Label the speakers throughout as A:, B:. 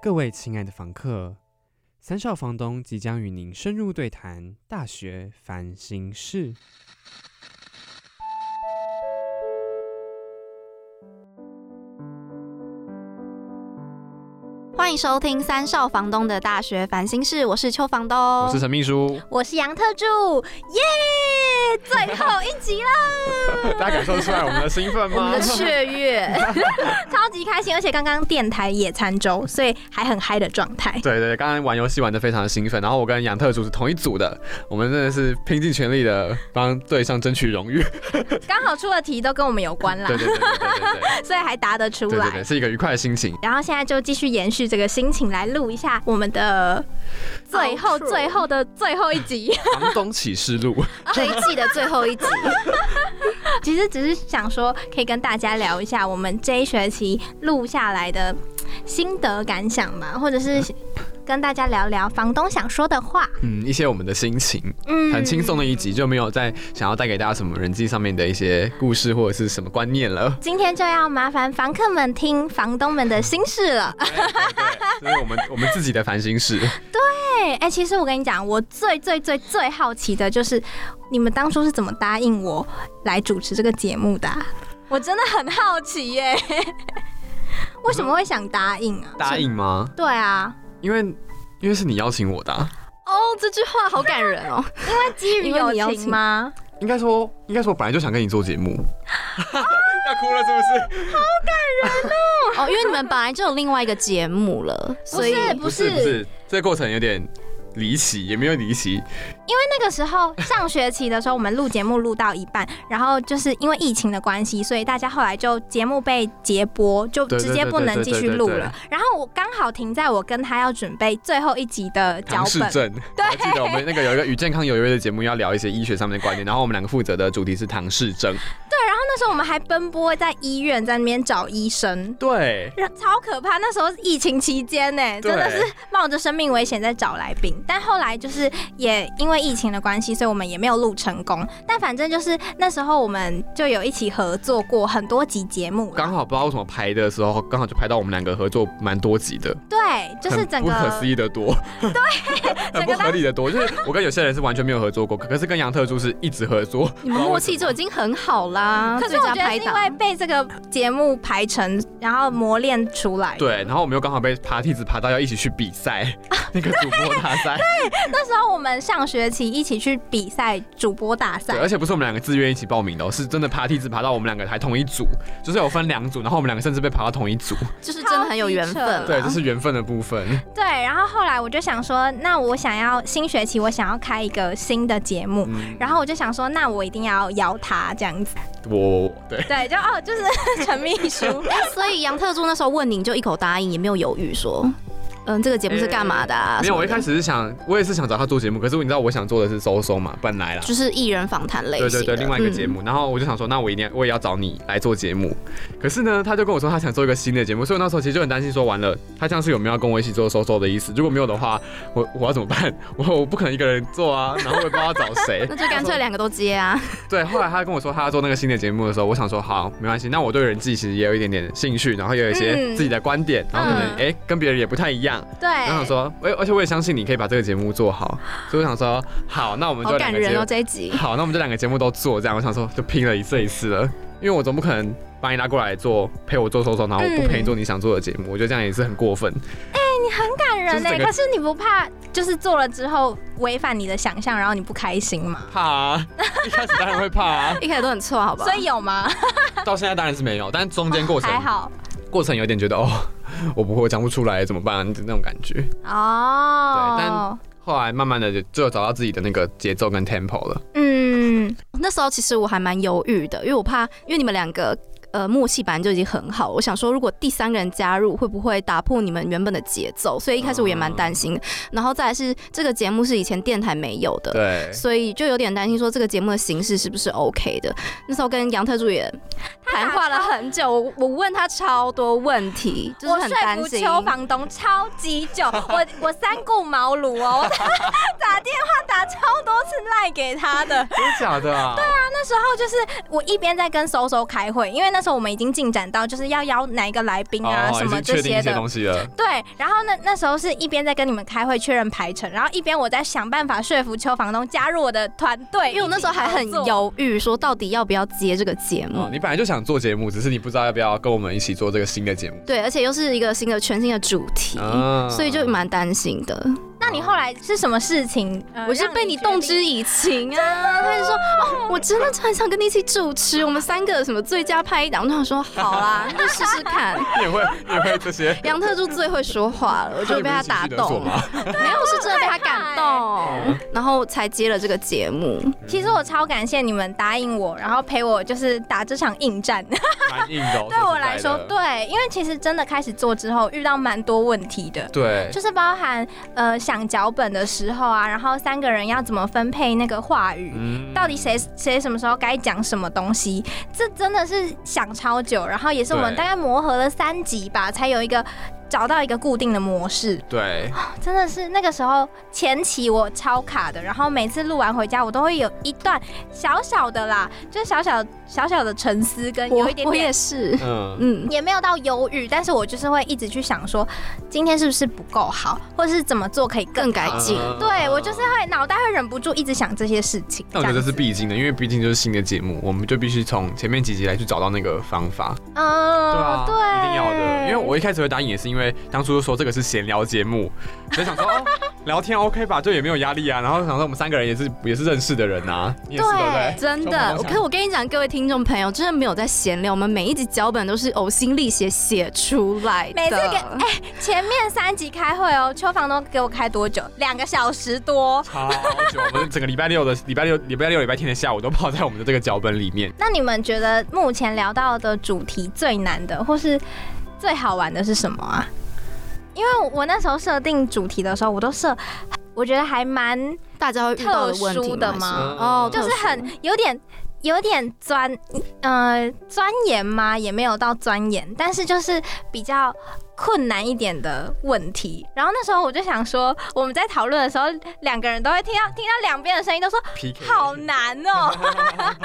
A: 各位亲爱的房客，三少房东即将与您深入对谈大学烦心事。
B: 欢迎收听三少房东的大学烦心事，我是邱房东，
A: 我是陈秘书，
C: 我是杨特助，耶、最 后一集啦！
A: 大家感受出来我们的兴奋
C: 我们
A: 吗
C: 的？雀 跃，超级开心，而且刚刚电台野餐周，所以还很嗨的状态。
A: 对对，刚刚玩游戏玩的非常的兴奋，然后我跟杨特组是同一组的，我们真的是拼尽全力的帮队上争取荣誉。
C: 刚好出的题都跟我们有关啦
A: 对，对对对对对
C: 所以还答得出
A: 对对对对，
C: 来。
A: 是一个愉快的心情。
C: 然后现在就继续延续这个心情来录一下我们的最后
B: Outro
C: 最后的最后一 集。
A: 房东启示录，
B: 哎这一季的最后一集，
C: 其实只是想说，可以跟大家聊一下我们这一学期录下来的心得感想吧，或者是跟大家聊聊房东想说的话。
A: 嗯，一些我们的心情，
C: 嗯
A: 很轻松的一集，就没有再想要带给大家什么人际上面的一些故事或者是什么观念了。
C: 今天就要麻烦房客们听房东们的心事了。
A: 这是我们我们自己的烦心事。
C: 哎、哎，其实我跟你讲，我最最最最好奇的就是你们当初是怎么答应我来主持这个节目的啊、我真的很好奇耶、 为什么会想答应啊？
A: 答应吗？
C: 对啊，
A: 因为因为是你邀请我的啊、
B: 哦，这句话好感人 哦。
C: 基于
B: 因为你邀
C: 友
B: 请
C: 情吗？
A: 应该说应该说我本来就想跟你做节目。要哭了是不是？
B: 哦，因为你们本来就有另外一个节目了，所以
C: 不是
A: 不是，这个过程有点离奇，也没有离奇。
C: 那个时候上学期的时候，我们录节目录到一半，然后就是因为疫情的关系，所以大家后来就节目被截播，就
A: 对对
C: 直接不能继续录
A: 对对对对
C: 了。然后我刚好停在我跟他要准备最后一集的脚
A: 唐氏
C: 本，
A: 症， 我还记得我们那个有一个与健康有约的节目，要聊一些医学上面的观念，然后我们两个负责的主题是唐氏症。
C: 对，然后那时候我们还奔波在医院，在那边找医生。
A: 对，
C: 超可怕！那时候是疫情期间呢，真的是
A: 对
C: 冒着生命危险在找来宾。但后来就是也因为疫情的关系，所以我们也没有录成功。但反正就是那时候我们就有一起合作过很多集节目啦，
A: 刚好不知道为什么拍的时候，刚好就拍到我们两个合作蛮多集的，
C: 对，就是整
A: 很不可思
C: 个
A: 议的 多， 对，很不合理的多。就是我跟有些人是完全没有合作过，可是跟杨特助是一直合作。
B: 你们默契就已经很好啦。
C: 可是
B: 最
C: 我
B: 佳
C: 觉得
B: 拍
C: 是因
B: 档
C: 为被这个节目排成，然后磨练出来。
A: 对，然后我们又刚好被爬梯子爬到要一起去比赛， 那个主播大赛，
C: 那时候我们上学期一起去比赛主播大赛
A: 对，，而且不是我们两个自愿一起报名的、哦，是真的爬梯子爬到我们两个还同一组，就是有分两组，然后我们两个甚至被爬到同一组，啊
B: 就是真的很有缘分啦。
A: 对，这是缘分的部分。
C: 对，然后后来我就想说，那我想要新学期，我想要开一个新的节目。
A: 嗯，
C: 然后我就想说，那我一定要邀他这 样子，
A: 我我我对。
C: 对，就哦，就是 陈秘书，
B: 所以杨特助那时候问你，你就一口答应，也没有犹豫说，嗯，这个节目是干嘛的啊？
A: 嗯没
B: 什
A: 有，
B: 么的
A: 我一开始是想，我也是想找他做节目，可是你知道我想做的是收收嘛，本来啦，
B: 就是艺人访谈类
A: 对
B: 型
A: 对
B: 的，
A: 对，另外一个
B: 嗯
A: 节目。然后我就想说，那我一定要我也要找你来做节目。可是呢，他就跟我说他想做一个新的节目，所以我那时候其实就很担心，说完了他这样是有没有要跟我一起做收收的意思？如果没有的话，我我要怎么办？我我不可能一个人做啊，然后我也不知道要找谁
B: 那。就干脆两个都接啊。
A: 对，后来他跟我说他要做那个新的节目的时候，我想说好，没关系，那我对人际其实也有一点点兴趣，然后也有一些
C: 嗯
A: 自己的观点，然后可能
B: 嗯
A: 哎、诶跟别人也不太一样。
C: 对，
A: 然后想说，而而且我也相信你可以把这个节目做好，所以我想说好，那我们
B: 好
A: 就
B: 感
A: 两个节
B: 人
A: 目
B: 哦，这一集。
A: 好，那我们这两个节目都做这样，我想说就拼了一次一次了，因为我总不可能把你拉过来做陪我做收收，然后我不
B: 嗯
A: 陪你做你想做的节目，我觉得这样也是很过分。
C: 看人
A: 就是
C: 呢、
A: 整个
C: 可是你不怕就是做了之后违反你的想象，然后你不开心吗？
A: 怕啊， 一开始当然会怕啊，
B: 一开始都很错，好吧？
C: 所以有吗？
A: 到现在当然是没有，但中间过
B: 哦
A: 程、
C: 还好
A: 过程有点觉得哦， 我不会我讲不出来怎么办、那种感觉。
C: 哦，
A: 后来慢慢的就就有找到自己的那个节奏跟 tempo 了，
C: 嗯，
B: 那时候其实我还蛮犹豫的，因为我怕，因为你们两个呃默契本来就已经很好，我想说如果第三个人加入，会不会打破你们原本的节奏？所以一开始我也蛮担心的。然后再来是这个节目是以前电台没有的。
A: 对。
B: 所以就有点担心，说这个节目的形式是不是 OK 的？那时候跟杨特助也谈话了很久，我我问他超多问题，就是
C: 我
B: 很
C: 说
B: 担
C: 服
B: 心。
C: 邱房东超级 久，我我三顾茅庐哦，我 打打电话打超多次赖给他的。
A: 真的假的啊？对啊，
C: 那时候就是我一边在跟搜搜开会，因为那时候我们已经进展到就是要邀哪一个来宾啊、
A: 哦，
C: 什
A: 已
C: 么
A: 经
C: 这
A: 确定
C: 些
A: 一些
C: 的。
A: 东西了。
C: 对，然后呢，那时候是一边在跟你们开会确认排程，然后一边我在想办法说服邱房东加入我的团队，
B: 因为我那时候还很
C: 一起合作。
B: 犹豫，说到底要不要接这个节目
C: 嗯
A: 哦，。你本来就想做节目，只是你不知道要不要跟我们一起做这个新的节目。
B: 对，而且又是一个新的、全新的主题，
C: 嗯
A: 啊
B: 所以就蛮担心的。
C: 那你后来是什么事情？呃
B: 我是被你动之。以情啊！他就说：“哦，我真的很想跟你一起主持，我们三个什么最佳拍档。”我就想说：“好 啦，那就试试看。”
A: 你也会，你也会这些。
B: 杨特助最会说话了，我就被他打
A: 那你不是情绪勒索
B: 动，
A: 吗？
B: 没有是真的被他感
A: 嗯
B: 动，然后才接了这个节目。
C: 让你决定其实我超感谢你们答应我，然后陪我就是打这场硬战。
A: 蛮硬的哦。
C: 对我
A: 实在
C: 来说，
A: 的。
C: 对，因为其实真的开始做之后，遇到蛮多问题的。
A: 对，
C: 就是包含呃想脚本的时候啊，然后三个人要怎么分配那个话语，
A: 嗯
C: 到底谁谁什么时候该讲什么东西，这真的是想超久，然后也是我们
A: 对
C: 大概磨合了三集吧，才有一个找到一个固定的模式，
A: 对，
C: 真的是那个时候前期我超卡的，然后每次录完回家，我都会有一段小小的啦，就是小小小小的沉思跟呃有一点
B: 我
C: 点
B: 也是，
A: 嗯，
B: 嗯，
C: 也没有到忧郁，但是我就是会一直去想说，今天是不是不够好，或是怎么做可以更
B: 更改
C: 好
B: 进
A: 啊
C: 对我就是会脑袋会忍不住一直想这些事情。
A: 但我觉得这
C: 样
A: 是
C: 子
A: 必经的，因为毕竟就是新的节目，我们就必须从前面几集来去找到那个方法。
C: 嗯，对，
A: 啊一定要的。因为我一开始会答应，也是因为当初说这个是闲聊 节目，所以想说哦，聊天 OK 吧，就也没有压力啊。然后想说我们三个人也是也是认识的人啊，你也是对不对？
B: 真
A: 所以
B: 的
A: 我，们都
B: 我
A: 想
B: 可是我跟你讲，各位听众朋友，真的没有在闲聊，我们每一集脚本都是呕心沥血写出来的。
C: 每次给哎、前面三集开会哦，邱房东给我开多久？两个小时多。
A: 超久，我们整个礼拜六的礼拜六、礼拜六、礼拜天的下午都泡在我们的这个脚本里面。
C: 那你们觉得目前聊到的主题最难的，或是最好玩的是什么啊？因为我那时候设定主题的时候，我都设，我觉得还蛮
B: 大家会遇到的问
C: 特
B: 题
C: 殊的
B: 吗？
C: 吗？
B: 哦，
C: 就是
B: 特殊
C: 很有点有点钻呃钻研吗？也没有到钻研，但是就是比较困难一点的问题。然后那时候我就想说，我们在讨论的时候，两个人都会听到听到两边的声音，都说
A: PK
C: 好难哦、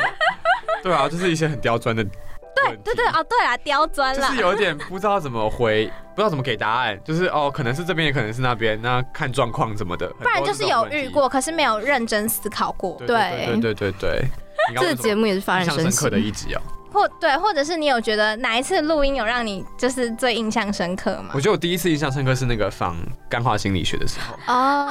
A: 对啊，就是一些很刁钻的。对
C: 对对哦，对啦，刁钻
A: 就
C: 啦。
A: 是有点不知道怎么回，不知道怎么给答案，就是哦，可能是这边，也可能是那边，那看状况怎么的。
C: 不然就是有遇
A: 很多这种问题。
C: 过，可是没有认真思考过，
A: 对对对对对对。你刚刚
B: 这个
A: 说什
B: 节
A: 么
B: 目也是发
A: 印
B: 人
A: 象
B: 深
A: 深刻的
B: 省。
A: 一集哦。
C: 或对，或者是你有觉得哪一次录音有让你就是最印象深刻吗
A: 我？觉得我第一次印象深刻是那个仿干化心理学的时候，
B: 哦，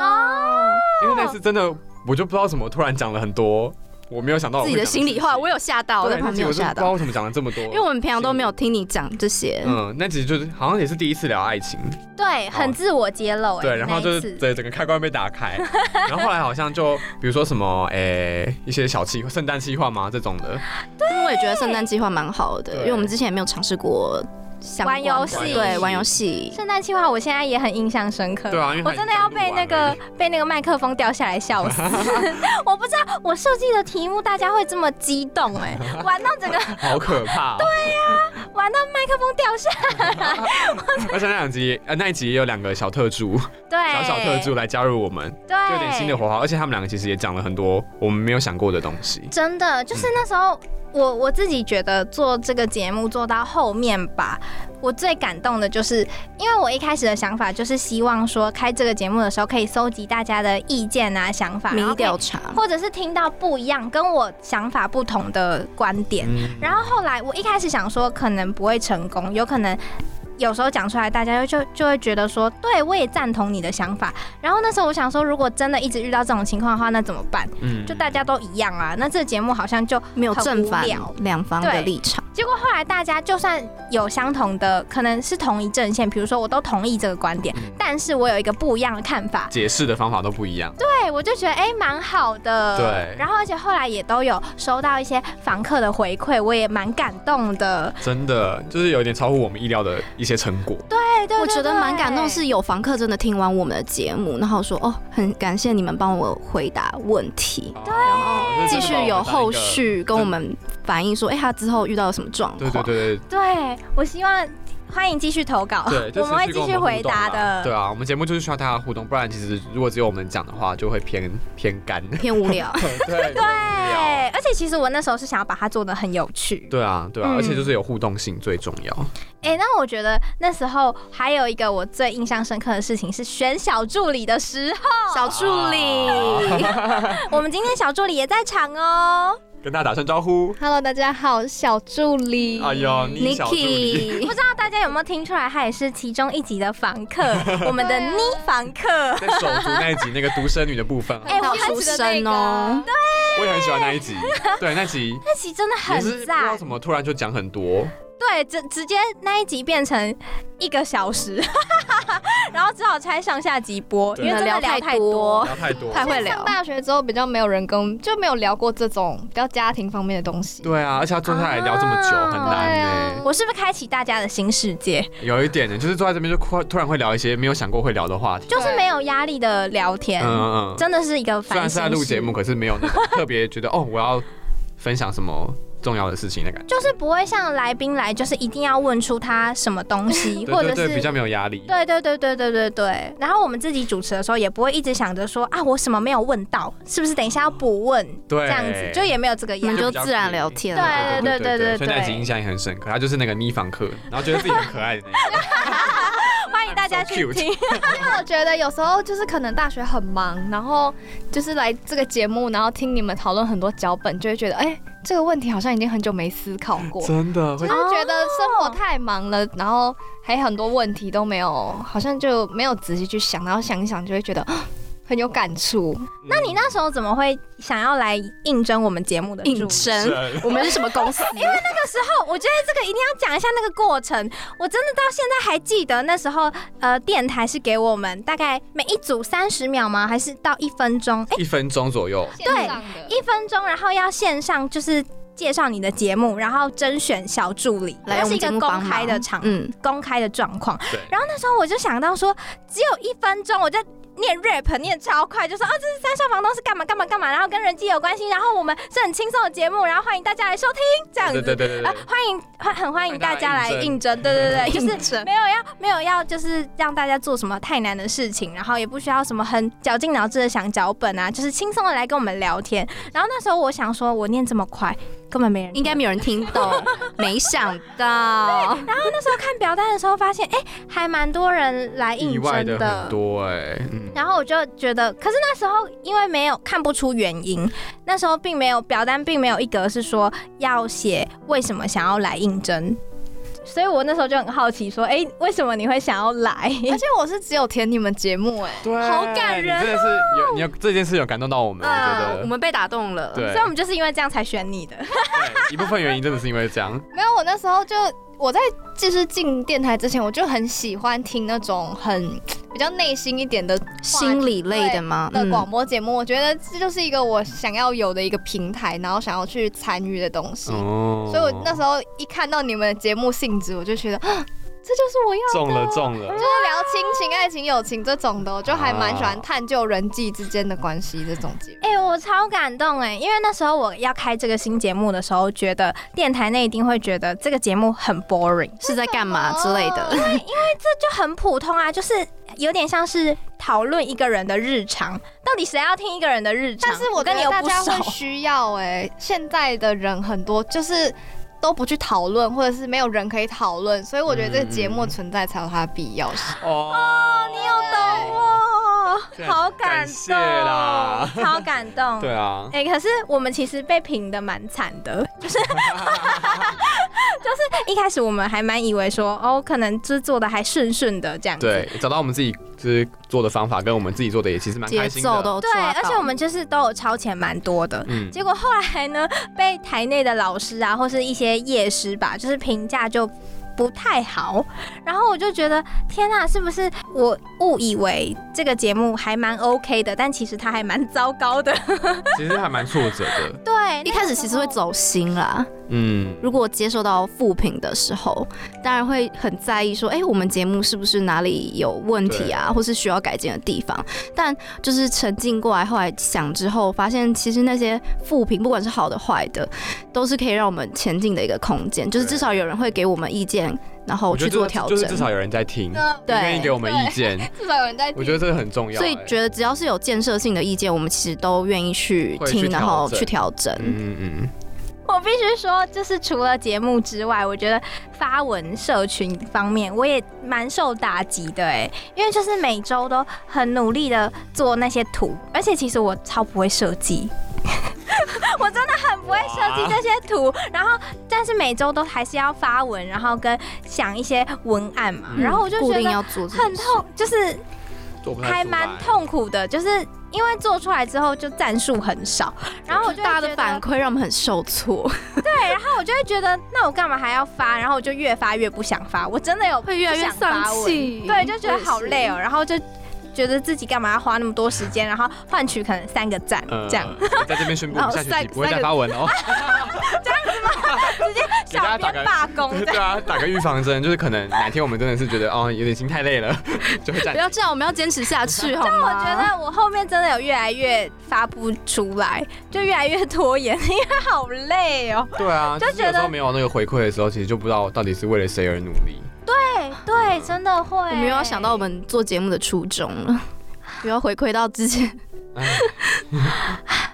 A: 因为那次真的我就不知道怎么突然讲了很多我没有哦想到
B: 哦
A: 我
B: 自己
A: 会
B: 的
A: 讲
B: 心里话，
A: 事情
B: 我有吓到，我在
A: 对，那
B: 旁
A: 集
B: 边
A: 我
B: 有
A: 就不
B: 吓
A: 知道
B: 到，
A: 为什么讲了这么多，因
B: 因为我们平常都没有听你讲这些。
A: 嗯，那集就是好像也是第一次聊爱情，
C: 对，很自我揭露、哎，
A: 对，然后就
C: 那一
A: 是
C: 次
A: 对整个开关被 打开，然后后来好像就比如说什么诶、一些小气圣诞气话嘛这种 的，
B: 因为我也觉得圣诞计划蛮好的，
A: 对
B: 因为我们之前也没有尝试过相关的
C: 玩游戏
B: 对，玩游戏。
C: 圣诞计划我现在也很印象深刻。
A: 对啊因为它
C: 我真的要被那
A: 已经录完
C: 个
A: 了
C: 被那个麦克风掉下来笑 死。我不知道我设计的题目大家会这么激动哎、玩到整个
A: 好可怕、哦。
C: 玩到麦克风掉下
A: 而且那两集呃那一集也有两个小特助，
C: 对，
A: 小小特助来加入我们，
C: 对，
A: 就有点新的火花，而且他们两个其实也讲了很多我们没有想过的东西。
C: 真的，就是那时候我我自己觉得做这个节目做到后面吧，我最感动的就是，因为我一开始的想法就是希望说开这个节目的时候可以搜集大家的意见啊、想法，然
B: 民
C: 后可以
B: 调查，
C: 或者是听到不一样跟我想法不同的观点。
A: 嗯，
C: 然后后来我一开始想说可能不会成功，有可能。有时候讲出来，大家就就就会觉得说，对我也赞同你的想法。然后那时候我想说，如果真的一直遇到这种情况的话，那怎么办？
A: 嗯
C: 就大家都一样啊，那这个节目好像就
B: 没有正反
C: 很无聊
B: 两方的
C: 对
B: 立场。
C: 结果后来大家就算有相同的，可能是同一阵线，比如说我都同意这个观点，
A: 嗯
C: 但是我有一个不一样的看法，
A: 解释的方法都不一样。
C: 对，我就觉得哎，蛮好的。
A: 对
C: 然后而且后来也都有收到一些访客的回馈，我也蛮感动的。
A: 真的就是有点超乎我们意料的一些成果。
C: 哎对对
B: 我觉得蛮感动，是有房客真的听完我们的节目，然后说哦，很感谢你们帮我回答问题，
A: 对，啊然后
B: 继续有后。续跟我们反映说，哎、他之后遇到了什么状
A: 对
B: 况？
A: 对对对，
C: 对我希望欢迎继续投稿，
A: 对，就
C: 我们会
A: 持
C: 继
A: 跟
C: 续
A: 互
C: 回
A: 动
C: 答
A: 啦
C: 的。
A: 对啊，我们节目就是需要大家互动，不然其实如果只有我们讲的话，就会偏偏干。。
B: 偏无聊
A: 对对
C: 对，而且其实我那时候是想要把它做的很有趣。
A: 对啊，对啊，
C: 嗯
A: 而且就是有互动性最重要。
C: 哎、那我觉得那时候还有一个我最印象深刻的事情是选小助理的时候，
B: 小助
A: 啊
B: 理，
C: 我们今天小助理也在场哦。
A: 跟大家打声招呼。
D: Hello，大家好，小助
C: 嗯
D: 理。
A: 哎呦，你小助理，
C: 不
B: Niki，
C: 知道大家有没有听出来，他也是其中一集的房 客，我们的妮房客。
A: 在手足那一集那个独生女的部分啊，
C: 哎我
B: 很喜欢那个哦
A: 我也很喜欢那一集。对，那集
C: 那集真的
A: 也是不
C: 很
A: 知道
C: 赞
A: 怎，么突然就讲很多。
C: 对，直直接那一集变成一个小时， 然后只好拆上下集播，因
A: 对
C: 为真的聊
B: 聊太
C: 太
B: 多
C: 多。
A: 聊太多，
B: 太会聊
D: 上大学之后比较没有人跟我们，就没有聊过这种比较家庭方面的东西。
A: 对啊，而且要坐下来聊这么久、
C: 啊
A: 很难呢、
C: 我是不是开启大家的新世界？
A: 有一点呢，就是坐在这边就突突然会聊一些没有想过会聊的话题。
C: 就是没有压力的聊天，
A: 嗯嗯嗯，
C: 真的是一个
A: 虽
C: 反
A: 然是
C: 省。
A: 在录节目，，可是没有那种特别觉得哦，我要分享什么重要的事情的感觉。
C: 就是不会像来宾来，就是一定要问出他什么东西，
A: 对
C: 或者
A: 对
C: 是
A: 对，比较没有压力。
C: 对对对对对对对。然后我们自己主持的时候，也不会一直想着说啊，我什么没有问到，是不是等一下要补问？
A: 对
C: 这样子就也没有这个
B: 你
C: 压
B: 们
C: 力。
B: 就自然聊天了。
C: 对对对对对
A: 所以那一集印象也很深刻。他就是那个妮房客，然后觉得自己很可爱的那一个。
C: 欢迎大家去
A: So cute
C: 听。
D: 因为我觉得有时候就是可能大学很忙，然后就是来这个节目，然后听你们讨论很多脚本，就会觉得哎、这个问题好像已经很久没思考过。
A: 真的
D: 就
A: 会哦
D: 是觉得生活太忙了，然后还有很多问题都没有，好像就没有仔细去想，然后想一想就会觉得 啊很有感触。
C: 那 你那时候怎么会想要来应征我们节目的主持
B: 应？征，
A: 是
B: 我们是什么 公司？
C: 那时候 我觉得这个一定要讲一下那个过程，我真的到现在还记得那时候，呃，电台是给我们大概每一组三十秒吗？还是到一分钟？哎、
A: 一分钟左右，
D: 线上的
C: 一分钟，然后要线上就是介绍你的节目，然后甄选小助理，
B: 来
C: 那
B: 我
C: 是
B: 们
C: 一
B: 节
C: 个
B: 目
C: 公
B: 帮忙
C: 开的场，
B: 嗯，
C: 公开的状况。
A: 对。
C: 然后那时候我就想到说，只有一分钟，我就念 rap 念超快，就说哦，这是三少房东是干嘛干嘛干嘛，然后跟人际有关系，然后我们是很轻松的节目，然后欢迎大家来收听，这样子。
A: 对对对对
C: 啊
A: 对，，
C: 欢迎欢很欢迎大家来应征，对对对，就是
D: 是
C: 没有要没有要就是让大家做什么太难的事情，然后也不需要什么很绞尽脑汁的想脚本啊，就是轻松的来跟我们聊天。然后那时候我想说，我念这么快，根本没人
B: 应该没有人听懂，没想 到，
C: 然后那时候看表单的时候发现，哎、还蛮多人来
A: 意
C: 应
A: 外
C: 征
A: 的很多哎，嗯，
C: 然后我就觉得，可是那时候因为没有看不出原因，那时候并没有表单，并没有一格是说要写为什么想要来应征，所以我那时候就很好奇说，哎、为什么你会想要来？
D: 而且我是只有填你们节目哎、
A: 对，
C: 好感人哦
A: 你真的是有你有这件事有感动到我们，我觉
B: 嗯呃我
A: 得
B: 们被打动了。
A: 对
C: 所以我们就是因为这样才选你的。
A: 对一部分原因真的是因为这样，
D: 没有，我那时候就我在就是进电台之前，我就很喜欢听那种很比较内心一点的
B: 心理类的吗？嗯
D: 的广播节目，我觉得这就是一个我想要有的一个平台，然后想要去参与的东西。
A: 哦，
D: 所以我那时候一看到你们的节目性质，我就觉得， 啊这就是我要的
A: 中了中了
D: 就，是聊亲情、爱情、友情这种的，我就还蛮喜
A: 啊
D: 欢探究人际之间的关系这种节目。
C: 哎、我超感动哎、因为那时候我要开这个新节目的时候，觉得电台内一定会觉得这个节目很 boring，
B: 是在干嘛之类的？
D: 哦
C: 这就很普通啊，就是有点像是讨论一个人的日常，到底谁要听一个人的日 常？
D: 但是我跟
C: 跟你
D: 你
C: 又
D: 大
C: 不
D: 家
C: 熟
D: 会。需要哎、现在的人很多就是都不去讨论，或者是没有人可以讨论，所以我觉得这个节目存在才有它的必要性。
A: 哦，
C: 你有懂我，好感
A: 感谢
C: 动，
A: 啦
C: 超感动。
A: 对啊，
C: 哎、可是我们其实被评的蛮惨的， 就是就是一开始我们还蛮以为说，哦，可能就是做的还顺顺的这样子。
A: 对，找到我们自己就是做的方法，跟我们自己做的也其实蛮
B: 节
A: 开心的，
B: 奏都
C: 对，
B: 抓到
C: 而且我们就是都有超前蛮多的。
A: 嗯，
C: 结果后来呢，被台内的老师啊，或是一些夜师吧，就是评价就不太好。然后我就觉得，天呐，是不是我误以为这个节目还蛮 OK 的，但其实它还蛮糟糕的。
A: 其实还蛮挫折的，
C: 对，
B: 一开始其实会走心啦，
A: 嗯，
B: 如果接受到负评的时候，当然会很在意说，哎、我们节目是不是哪里有问题啊，或是需要改进的地方。但就是沉浸过来，后来想之后，发现其实那些负评，不管是好的坏的，都是可以让我们前进的一个空间，就是
A: 对
B: 至少有人会给我们意见。然后
A: 我觉
B: 去
A: 得
B: 做
A: 这
B: 调
A: 就
B: 整
A: 是。至少有人在听，
D: 嗯
C: 嗯
B: 对
A: 愿意给我们意见，
D: 至少有人在
A: 我觉得这个很重要、
B: 所以
A: 哎
B: 觉得只要是有建设性的意见，我们其实都愿意去
A: 会去
B: 听，
A: 调
B: 然后
A: 整
B: 去调整。
A: 嗯嗯嗯，
C: 我必须说，就是除了节目之外，我觉得发文社群方面我也蛮受打击的哎、因为就是每周都很努力的做那些图，而且其实我超不会设计。 我真的很不会设计这些图，然后但是每周都还是要发文，然后跟想一些文案嘛，
A: 嗯
C: 然后我就
B: 固
C: 觉
B: 定
C: 得
B: 要做这件
C: 很
B: 事，
C: 痛，就是
A: 啊做不太
C: 还
A: 出
C: 蛮
A: 来，
C: 痛苦的，就是因为做出来之后就战术很少，然后我就会
B: 大家
C: 觉
B: 的
C: 得
B: 反馈让我们很受挫，
C: 对，然后我就会觉得，那我干嘛还要发？然后我就越发越不想发，我真的有
B: 会越来
C: 不
B: 越
C: 想发
B: 丧
C: 文，
D: 气
C: 对，就觉得好累哦，然后就觉得自己干嘛要花那么多时间，然后换取可能三个赞、
A: 呃
C: 这样。，
A: 在这边 宣布
B: 哦
A: 下学
B: 三
A: 期不会
B: 三
A: 再
B: 个
A: 发文哦。给大
C: 小
A: 家
C: 编
A: 打个
C: 罢工这
A: 对
C: 样，
A: 啊，打个预防针，就是可能哪天我们真的是觉得哦有点心太累了， 就会
B: 不
A: 暂停。
B: 要这样，我们要坚持下去，好
C: 我
B: 吗？
C: 觉得我后面真的有越来越发不出来，就越来越拖延，因为好累 哦。
A: 对啊，
C: 就
A: 就是
C: 觉
A: 有时
C: 得
A: 候没有那个回馈的时候，其实就不知道到底是为了谁而努力。
C: 对哎对，真的会。我
B: 我们又要想到我们做节目的初衷了，又要回馈到之前。
A: 哎，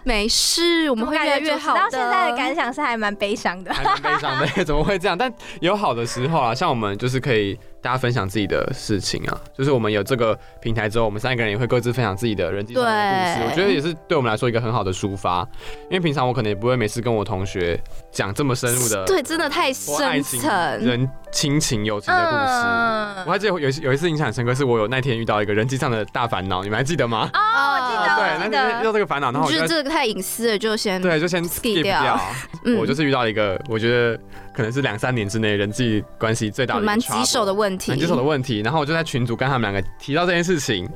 B: 没事，我
C: 我
B: 们会越来越好的。
C: 到现在的感想是还蛮悲伤的。
A: 还蛮悲伤的， 怎么会这样？但有好的时候啊，像我们就是可以大家分享自己的事情啊，就是我们有这个平台之后，我们三个人也会各自分享自己的人际上的故
B: 对
A: 事。我觉得也是对我们来说一个很好的抒发，因为平常我可能也不会每次跟我同学讲这么深入的
B: 对，真的太
A: 我爱
B: 深
A: 情、
B: 层。
A: 人亲情、友情的故事。
B: 嗯
C: 嗯
A: 我还记得有一有一次印象很深刻，是我有那天遇到一个人际上的大烦恼，你们还记得吗？啊
C: 哦，
A: 对
C: 我，
A: 那
C: 记得，我记
A: 天遇
C: 得。
A: 到这个烦恼，然后我
B: 就
A: 就是
B: 这个太隐私了，就先
A: 对就先
B: skip
A: skip
B: 掉
A: 掉。
B: 嗯
A: 我就是遇到一个我觉得可能是两三年之内人际关系最大的一个
B: 蛮棘
A: trouble
B: 手的问题
A: 很棘。手的问题。然后我就在群组跟他们两个提到这件事情，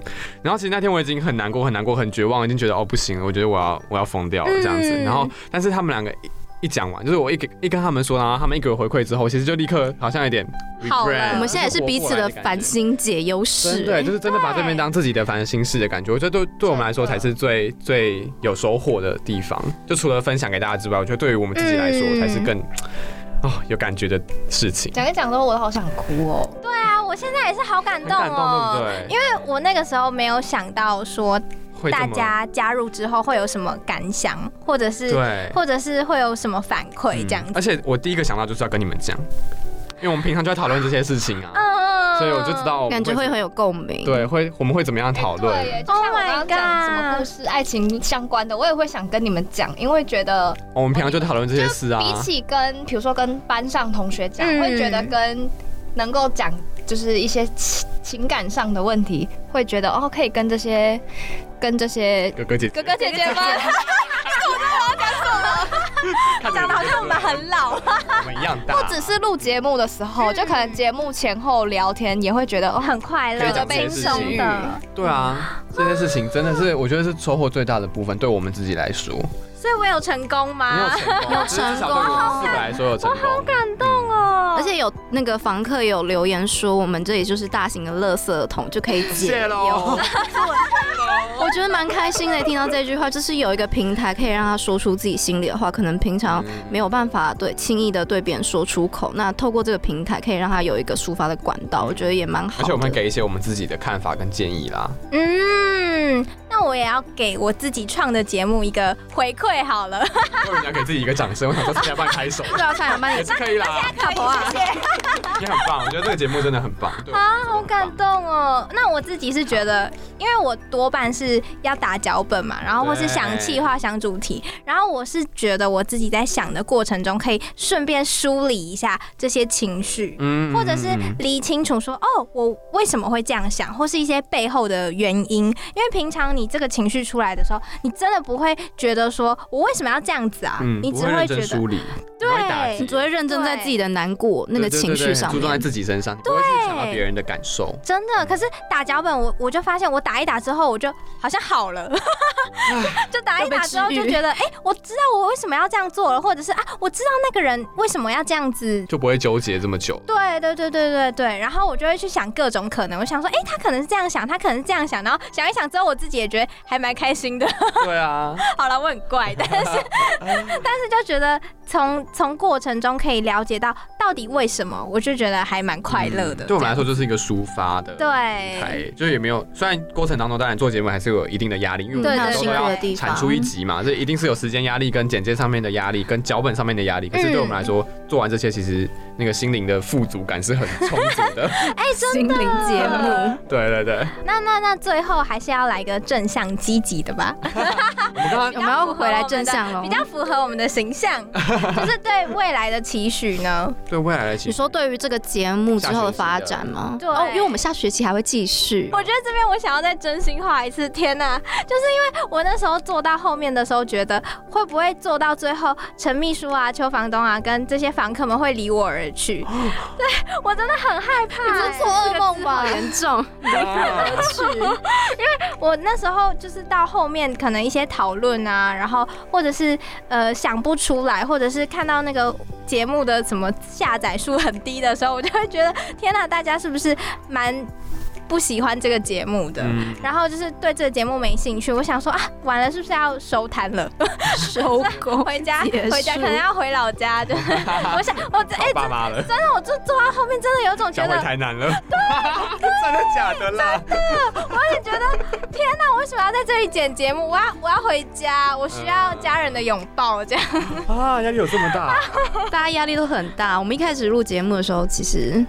A: 然后其实那天我已经很难过、很难过、很绝望，已经觉得哦不行了，我觉得我要我要疯掉了这样子。
C: 嗯
A: 然后但是他们两个一。一讲完，就是我一给一跟他们说，然后他们一给我回馈之后，其实就立刻好像有点
C: 好了
A: regret，
B: 我们现在也是彼此的反
A: 省。
B: 省解忧
A: 真
B: 室
A: 的，，就是真的把这边当自己的烦心事的感觉，我觉得对对我们来说才是最最有收获的地方。就除了分享给大家之外，我觉得对于我们自己来说
C: 嗯
A: 才是更哦有感觉的事情。
D: 讲一讲之后，我好想哭哦。
C: 对啊，我现在也是好感
A: 很
C: 动
A: 感动，
C: 哦。
A: 对不对？
C: 因为我那个时候没有想到说
A: 会这
C: 大
A: 么
C: 家加入之后会有什么感想，或者是
A: 对
C: 或者是会有什么反馈
A: 嗯
C: 这样子。
A: 而且我第一个想到就是要跟你们讲，因为我们平常就在讨论这些事情啊，
C: 嗯
A: 所以我就知。道我们
B: 感觉会很有共鸣。
A: 对会我们会怎么样讨
D: 哎
A: 论
D: 对。耶就像我
C: Oh
D: 刚
C: my
D: 刚讲什么故事、爱情相关的，我也会想跟你们讲，因为觉得
A: 哦我们平常就讨论这些事啊，
D: 比起跟比如说跟班上同学讲，
C: 嗯
D: 会觉得跟能够讲就是一些情情感上的问题，会觉得哦可以跟这些跟这些
A: 哥哥姐
D: 哥哥姐姐们，
A: 看着
C: 讲
A: 你
C: 的好像我们很老，
A: 我们一样 大，
D: 不只是录节目的时候，就可能节目前后聊天也会觉得哦
C: 嗯很快
A: 可
C: 乐
A: 以讲这些
C: 轻
A: 事
C: 松
A: 情
C: 的。
A: 对啊，这件事情真的 是我觉得是收获最大的部分，对我们自己来说，
C: 所以我有成功
A: 你
C: 吗？
A: 啊有成功，
B: 有成功
A: 至少对我们四个来说有成功，我好感动哦。
B: 而
C: 而
B: 且有那个房客有留言说，我们这里就是大型的垃圾桶，就可以 解
A: 谢
B: 忧
A: 喽。
B: 我觉得蛮开心的，听到这句话，就是有一个平台可以让他说出自己心里的话，可能平
A: 啊
B: 常
A: 嗯
B: 没有办法对轻易的对别人说出口，那透过这个平台可以让他有一个抒发的管道，我觉得也蛮好的。
A: 而且我们给一些我们自己的看法跟建议 啦，
C: 嗯，那我也要给我自己创的节目一个回馈 好了。
A: 我们要给自己一个掌声，我想说大家帮你拍 手，
B: 对啊，差点把
A: 也
B: 你
A: 是可以啦，
C: 卡婆啊，
A: 你很棒，我觉得这个节目真的很 棒，对
C: 啊，好感。动哦！那我自己是觉得，因为我多半是要打脚本嘛，然后或是想企划、想主题，然后我是觉得我自己在想的过程中，可以顺便梳理一下这些情绪，
A: 嗯
C: 或者是理清楚说，哦，我为什么会这样想，或是一些背后的原因。因为平常你这个情绪出来的时候，你真的不会觉得说我为什么要这样子啊，
A: 嗯
C: 你只会觉得
A: 理，
C: 对
A: 不会打击
B: 你只会认真在自己的难过那个
A: 对对对
B: 情
A: 对
B: 绪上
A: 注重在
B: 面。
A: 自己身上，对，想到别人的感受，
C: 真的，可是打脚本我我就发现，我打一打之后，我就好像好了， 就打一打之后
D: 又被治愈
C: 就觉得，哎、我知道我为什么要这样做了，或者是啊，我知道那个人为什么要这样子。
A: 就不会纠结这么久。
C: 对对对对对对，然后我就会去想各种可能，我想说，哎、他可能是这样想，他可能是这样想，然后想一想之后，我自己也觉得还蛮开心的。
A: 对啊，
C: 好了，我很 怪，但是但是就觉得从从过程中可以了解到到底为什么，我就觉得还蛮快乐的、
A: 嗯对我们来说，就是一个抒发的。
C: 这样，对，
A: 台就是也没有，虽然过程当中当然做节目还是有一定的压力，因为我
C: 对
A: 们
B: 那
A: 每周
B: 辛
A: 都
B: 苦
A: 要
B: 的地
A: 产
B: 方，
A: 出一集嘛，这一定是有时间压力、跟简介上面的压力、跟脚本上面的压力。
C: 嗯
A: 可是对我们来说，做完这些，其实那个心灵的富足感是很充足 的。
B: 心灵节目，
A: 对对对，
C: 那那那最后还是要来个正向积极的吧，
A: 我们刚
B: 我
A: 刚
B: 们要回来正向喽
D: 哦
C: 比。较符合我们的 形象，就是对未来的期许呢。
A: 对未来的期
B: 你说对于这个节目之后的发展吗？
C: 对
B: 哦，因为我们下学期还会继续。
C: 我觉得这边我想要再真心话一次，天哪！就是因为我那时候做到后面的时候，觉得会不会做到最后，陈秘书啊、邱房东啊，跟这些房客们会离我而去？对我真的很害怕、
D: 哦你这是做噩梦吧？
B: 严重，
C: 我那时候就是到后面可能一些讨论啊，然后或者是呃想不出来，或者是看到那个节目的什么下载数很低的时候，我就会觉得天哪，大家是不是蛮不喜欢这个节目的？
A: 嗯，
C: 然后就是对这个节目没兴趣，我想说啊，完了是不是要收摊 了？
B: 收工
C: 回家，
B: 结束
C: 回家可能要回老 家。就是我想，我哎、
A: 好爸妈了，
C: 真的，我就坐到后面，真的有一种觉
A: 想
C: 得
A: 回，台南了，
C: 啊
A: 真的假的啦？
C: 我也觉得，天哪，我为什么要在这里剪节目？我要，我要回家，我需
B: 嗯
C: 要家人的拥抱，这样。
A: 啊，压力有这么 大？
B: 大家压力都很大。我们一开始录节目的时候，其实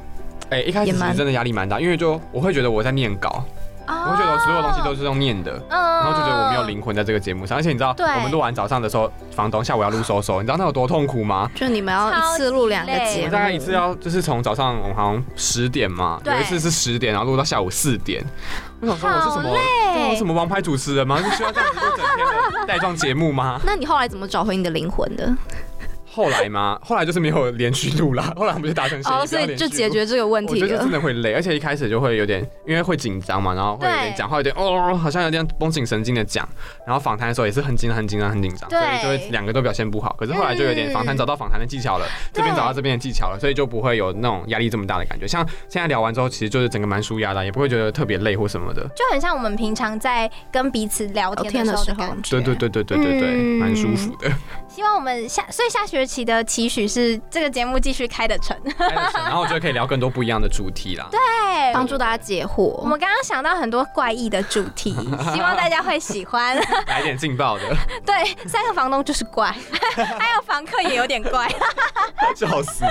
A: 哎，一开始
B: 也
A: 其
B: 蛮
A: 实真的压力蛮大，因为就我会觉得我在念稿，我
C: 我
A: 会觉得我所有东西都是用念的。
C: 嗯，
A: 然
C: 然
A: 后就觉得我没有。灵魂在这个节目上，而且你知道，
C: 对
A: 我们录完早上的时候，房东下午要录收收，你知道那有多痛苦吗？
B: 就你们要一次录两个
C: 超级累
A: 我
B: 节
A: 们
B: 目，？
A: 大概一次要就是从早上我们好像十点嘛，
C: 对
A: 有一次是十点，然后录到下午四点。我想说我是什么？
C: 嗯
A: 对啊我是什么王牌主持人吗？是需要这样子录整天的带状节目吗
B: 那你后来怎么找回你的灵魂的？
A: 后来吗？后来就是没有连续录啦，后来我们就达成协议，
B: 哦，
A: 不
B: 所
A: 要
B: 以
A: 连
B: 就
A: 续
B: 解
A: 录。
B: 决这个问
A: 我
B: 题
A: 觉得真
B: 了。
A: 的会累，而且一开始就会有点，因为会紧张嘛，然后会有点
C: 对
A: 讲话有点哦，好像有点绷紧神经的讲，然后访谈的时候也是很紧张、很紧张、很紧张，所
C: 对
A: 以就会两个都表现不好。可是后来就有点
C: 嗯
A: 访谈找到访谈的技巧了，这边
C: 对
A: 找到这边的技巧了，所以就不会有那种压力这么大的感觉。像现在聊完之后，其实就是整个蛮舒压的，啊也不会觉得特别累或什么的。
C: 就很像我们平常在跟彼此聊天的时候的感觉，
A: 对对对对对对对，
C: 嗯
A: 蛮舒服的。
C: 希望我们下，所以下学期的期许是这个节目继续开得成。
A: 开得 成然后我觉得可以聊更多不一样的主题啦。
C: 嗯对，
B: 帮助大家解
C: 我
B: 惑，
C: 们刚刚想到很多怪异的主 题，希望大家会喜欢。
A: 来点劲爆的，
C: 对，三个房东就是怪， 还有房客也有点怪。
A: 笑死！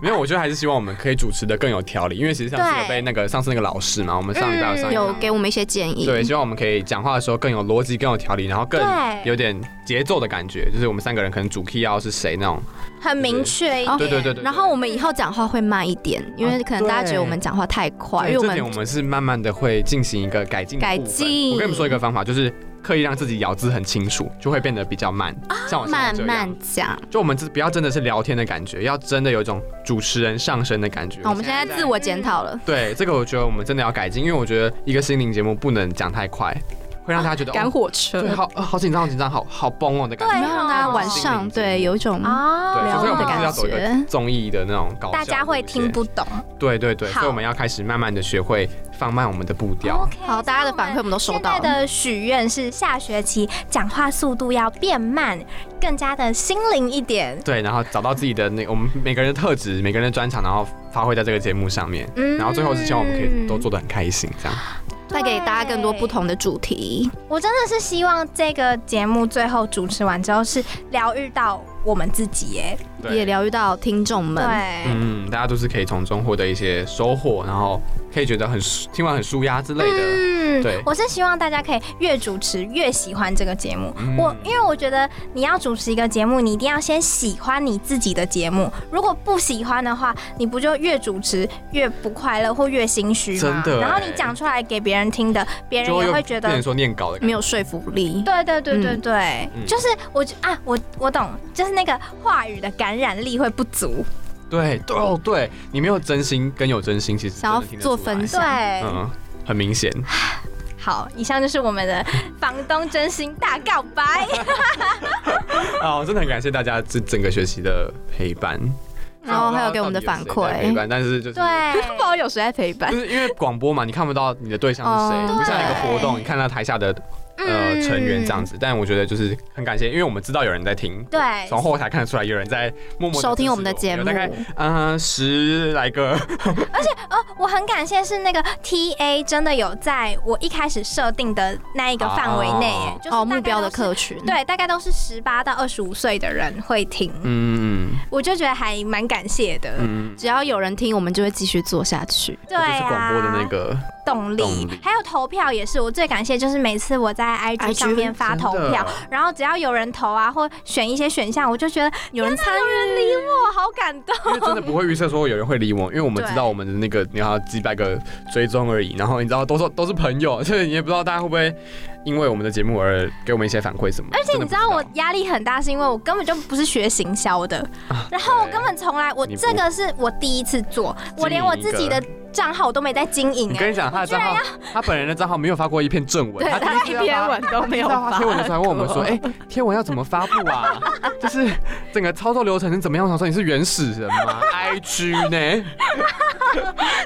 A: 没有，我觉得还是希望我们可以主持的更有条理，因为其实上次有被那个上次那个老师嘛，我们上一代有上一代
B: 嗯有给我们一些建议。
A: 对，希望我们可以讲话的时候更有逻辑、更有条理，然后更
C: 对
A: 有点节奏的感觉，就是我们三个人可能主 key 要是谁那种。
C: 很明确一点。
B: 哦
A: 对对对对。
B: 然后我们以后讲话会慢一点，因为可能大家觉得我们讲话太快，
A: 哦对
B: 因为我
A: 这点我
B: 们
A: 们是慢慢的会进行一个改进的
B: 改
A: 部分
B: 进
A: 我跟你们说一个方法，就是刻意让自己咬字很清楚，就会变得比较慢。像我现在
B: 慢
A: 这样，
B: 啊慢讲。
A: 就我们这不要真的是聊天的感觉，要真的有一种主持人上身的感觉。
B: 好，我们现在自我检讨了，
A: 对这个，我觉得我们真的要改进，因为我觉得一个心灵节目不能讲太快，会让大家觉得、哦、
B: 啊火
A: 对，
B: 车，
A: 好、呃好紧张，好紧张，好好崩哦的感觉。
B: 我们要让大家啊晚上
A: 哦
B: 对有一种
C: 哦
A: 对，所以
B: 聊
A: 我
B: 的
A: 们就是要
B: 感
A: 走一
B: 觉
A: 个。综艺的那种搞笑，
C: 大家会听？不懂。
A: 对对对，
C: 好
A: 所以我们要开始慢慢的学会放慢我们的步调。
C: 哦 OK，
B: 好，大家的反馈我。们都收
C: 现
B: 到
C: 在
B: 了。
C: 的许愿是下学期讲话速度要变慢，更加的心灵一点。
A: 对，然后找到自己的那我们每个人的特质，每个人的专长，然后发挥在这个节目上面。
C: 嗯
A: 然后最后是希望我们可以都做得很开心，这样。
B: 带给大家更多不。同的主题，
C: 对我真的是希望这个节目最后主持完之后是疗愈到我们自己耶。
B: 也疗愈到听众们。
C: 对，
A: 嗯，大家都是可以从中获得一些收获，然后可以觉得很舒听完很舒压之类的。
C: 嗯
A: 对
C: 我是希望大家可以越主持越喜欢这个节目。
A: 嗯
C: 我因为我觉得你要主持一个节目，你一定要先喜欢你自己的节目。如果不喜欢的话，你不就越主持越不快乐或越心虚吗？
A: 真的
C: 然后
A: 欸
C: 你讲出来给别人听的，别人
A: 就
C: 也
A: 又
C: 会觉
A: 变
C: 得
A: 成。说念稿的感
B: 没
A: 觉。
B: 有说服力，
C: 对对对对
B: 嗯
C: 对，
A: 嗯
C: 就是我啊，我我懂，就是那个话语的感染力会不足。
A: 对对哦对，你没有真心跟有真心，其实
B: 想要
A: 真的听得
B: 做
A: 出来
B: 分享
C: 对，
A: 嗯，很 明显。
C: 好，以上就是我们的房东真心大告 白。
A: 好，哦真的很感谢大家这整个学期的陪伴，
B: 然后还有给我们的反
A: 到底有谁在陪
B: 馈，
A: 伴，但是就是
C: 对，
B: 不好有谁在陪伴
A: 就。是因为广播嘛，你看不到你的对象是谁，
B: 哦嗯
A: 你不像一个活动，你看到台下的呃成员这样子。但我觉得就是很感谢，因为我们知道有人在听，
C: 对，
A: 从后台看得出来有人在默默地
B: 收听
A: 支持
B: 我们的节目
A: 有大概嗯十来 个，
C: 哦，我很感谢是那个 TA 真的有在我一开始设定的那一个范围内
A: 哦，
C: 哎就是
B: 哦，
C: 大概
B: 目标的
C: 都是。
B: 客群，，
C: 对，大概都是十八到二十五岁的人会听，
A: 嗯
C: 我就觉得还蛮感谢的。
A: 嗯，
B: 只要有人听，我们就会继续做下去。
C: 对
A: 这就是
C: 啊，
A: 广播的那个
C: 动力，
A: 动力
C: 还有投票也是我最感谢，就是每次我在 IG 上面发投
A: 啊
C: 票，，然后只要有人投啊，或选一些选项，我就觉得
B: 有人参与，
C: 人理我，好感动。
A: 因为真的不会预测说有人会理我，因为我们
C: 对
A: 知道我们的那个你要几百个追踪而已，然后你知道都是都是朋友， 所以你也不知道大家会不会因为我们的节目而给我们一些反馈什么的。
C: 而且
A: 真
C: 你
A: 的不
C: 知道我压力很大，是因为我根本就不是学行销的，然后我
A: 啊对
C: 根本从来我
A: 你不
C: 这个是我第一次做，我连我自己的账号都没在经营
A: 你
C: 哎、
A: 跟你讲他的账号，他本人的账号没有发过一篇正文，
D: 对，
A: 第
D: 他
A: 次
D: 一
A: 要
D: 篇
A: 发
D: 文都没有
A: 到
D: 发。
A: 贴文的时候还问我们说，哎、贴文要怎么发布啊？ 就是整个操作流程是怎么样？我想说你是原始人吗？IG 呢？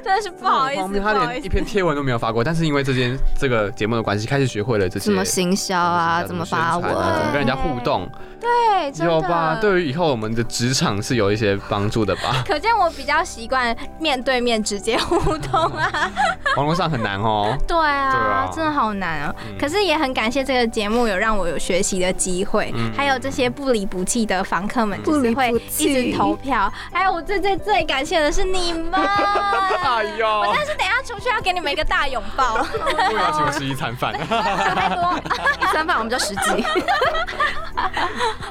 C: 真的是不好意
A: 很荒
C: 思，
A: 谬
C: 不
A: 他
C: 好意
A: 连
C: 思
A: 一。篇贴文都没有发过，但是因为这件这个节目的关系，开始学会了这些
B: 怎么行销啊，怎么发
A: 宣传啊怎么
B: 文，
A: 跟人家互动，
C: 对，真
A: 有吧？
C: 的。？
A: 对于以后我们的职场是有一些帮助的吧
C: 可见我比较习惯面对面直接互动 啊，
A: 网络上很难哦。
C: 对啊，
A: 对啊
C: 真的好难啊。
A: 嗯
C: 可是也很感谢这个节目有让我有学习的机会，
A: 嗯
C: 还有这些不离不弃的房客们，
A: 不
C: 就是
B: 离
C: 会
B: 不
C: 一
B: 弃
C: 直投票，还有我最最最感谢的是你 们。
A: 哎呦，
C: 我但是等一下出去要给你们一个大拥抱，
A: 我也要请我吃一餐饭。
C: 想太多。
B: 一餐饭我们就十几，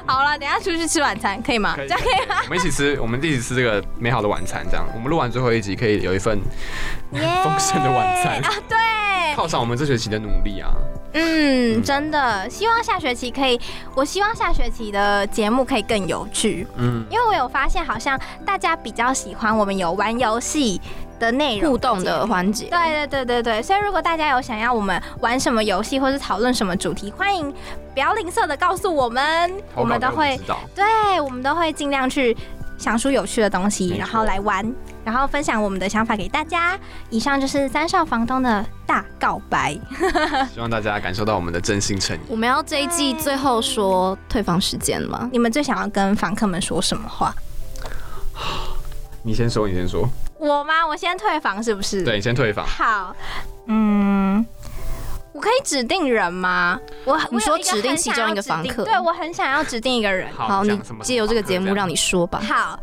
C: 好了，等一下出去吃晚餐可以吗？
A: 可以
C: 这样可以
A: 我们一起吃，我们一起吃这个美好的晚餐，这样我们录完最后一集可以有一份
C: 耶
A: 丰盛的晚餐
C: 啊！对，
A: 犒赏我们这学期的努力啊。
C: 嗯，
A: 嗯
C: 真的，希望下学期可以，我希望下学期的节目可以更有趣，
A: 嗯，
C: 因为我有发现好像大家比较喜欢我们有玩游戏的内容
B: 互动的环节。
C: 对对对对对，所以如果大家有想要我们玩什么游戏或是讨论什么主题，欢迎不要吝啬的告诉我们，我们都会
A: 知道。
C: 对，我们都会尽量去想出有趣的东西，
A: 没错
C: 然后来玩，然后分享我们的想法给大家。以上就是三少房东的大告白，
A: 希望大家感受到我们的真心诚意。
B: 我们要这一季最后说退房时间吗？
C: 你们最想要跟房客们说什么话？
A: 你先说，你先说。
C: 我吗？我先退房是不是？
A: 对，，你先退房。
C: 好，嗯。我可以指定人吗？我我
B: 你说
C: 有一个
B: 指定
C: 很
B: 其
C: 想
B: 中
C: 要
B: 一个
C: 指
B: 房
C: 定
B: 客
C: 对我很想要指定一个人，
B: 好，你
A: 讲啊什么
B: 借由这个节目让
A: 你
B: 你说吧。
C: 好，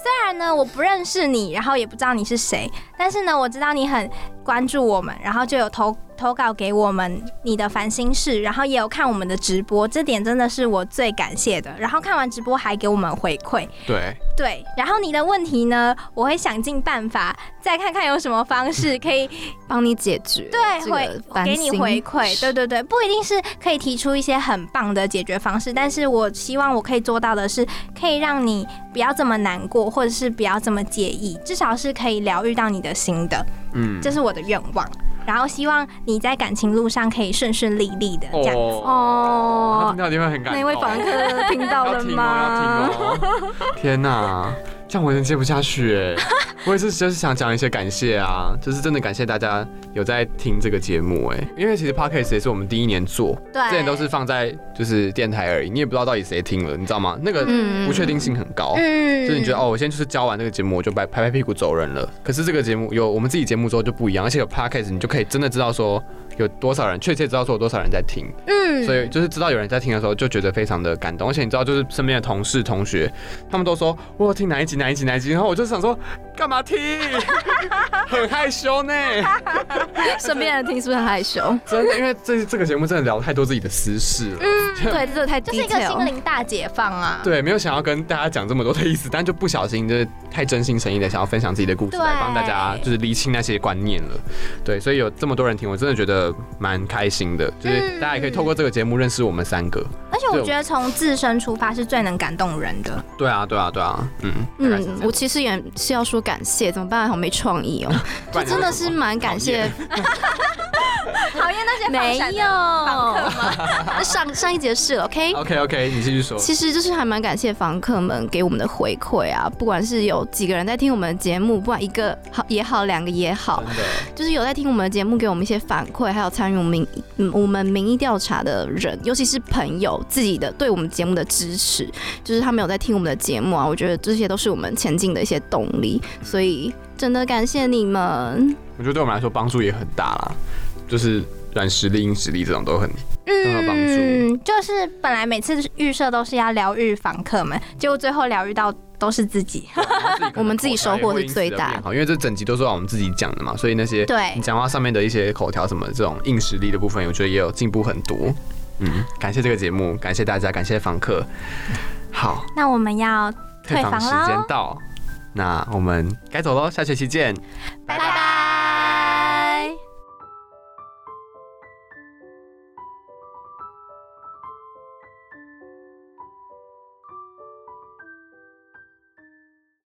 C: 虽然呢我不认识你，然后也不知道你是谁，但是呢我知道你很关注我们，然后就有投投稿给我们你的烦心事，然后也有看我们的直播，这点真的是我最感谢的。然后看完直播还给我们回馈，
A: 对，
C: 对。然后你的问题呢，我会想尽办法再看看有什么方 式可以
B: 帮你解决，
C: 对，
B: 这
C: 回
B: 个烦
C: 给你
B: 心
C: 回馈，对对对，不一定是可以提出一些很棒的解决方式，但是我希望我可以做到的是，可以让你不要这么难过，或者是不要这么介意，至少是可以疗愈到你的心的，
A: 嗯
C: 这是我的愿望。然后希望你在感情路上可以顺顺利利的这样。
A: 哦，他
B: 哦
A: 听，到一定会很感动。
B: 那位房客听到
A: 要
B: 了
A: 听
B: 吗？
A: 哦，要听哦。天哪，这样我有点接不下去哎。我也是，就是想讲一些感谢啊，就是真的感谢大家有在听这个节目哎，因为其实 podcast 也是我们第一年做，
C: 对，
A: 之前都是放在就是电台而已，你也不知道到底谁听了，你知道吗？那个
B: 嗯
A: 不确定性很高。
C: 嗯
A: 就是你觉得哦，我先就是教完这个节目，我就拍拍拍屁股走人了。可是这个节目有我们自己节目之后就不一样，而且有 podcast，你就可以真的知道说有多少人，确切知道说有多少人在听。
C: 嗯
A: 所以就是知道有人在听的时候，就觉得非常的感动。而且你知道，就是身边的同事同学，他们都说我有听哪一集哪一集哪一集，然后我就想说干嘛听， 很害羞呢。
B: 身边人听是不是很害羞？
A: 真的，因为这这个节目真的聊太多自己的私事了。
B: 对，这个太 d
C: 嗯就
B: e
C: 是
B: t
C: 一个心灵大解放啊。
A: 对，没有想要跟大家讲这么多的意思，但就不小心就是太真心诚意的想要分享自己的故事，
C: 对
A: 来帮大家就是厘清那些观念了。对，所以
B: 嗯
A: 有这么多人听，我真的觉得蛮开心的。就是大家也可以透过这个节目认识我们三个。
C: 而且我觉得从自身出发是最能感动人的。
A: 对啊，对啊，对啊，嗯大概是这
B: 嗯
A: 样，
B: 我其实也是要说感谢，怎么办？好没创意哦，
A: 不然你
B: 真的
A: 为什
B: 是
A: 么
B: 蛮感
A: 讨
B: 谢
A: 厌。
C: 讨厌那些 放
B: 没
C: 闪的
B: 有
C: 访客 吗？
B: 上上一节是 OK。
A: OK OK，你继续说。
B: 其实就是还蛮感谢房客们给我们的回馈啊，不管是有几个人在听我们的节目，不管一个好也好，两个也好
A: 真，的，
B: 就是有在听我们的节目，给我们一些反馈，还有参与我们民嗯我们民意调查的人，尤其是朋友自己的对我们节目的支持，就是他们有在听我们的节目啊，我觉得这些都是我们前进的一些动力，所以真的感谢你们。
A: 我觉得对我们来说帮助也很大啦，就是软实力、硬实力这种都很 都有帮助
C: 嗯，就是本来每次预设都是要疗愈访客们，结果最后疗愈到都是自己。
B: 我们自己收获是最大
A: 好，因为这整集都是我们自己讲的嘛，所以那些
C: 对
A: 你讲话上面的一些口条什么这种硬实力的部分，我觉得也有进步很多。嗯，感谢这个节目，感谢大家，感谢访客。好，
C: 那我们要退
A: 退
C: 房
A: 房时
C: 喽
A: 间到，那我们该走喽，下学期见，
C: 拜拜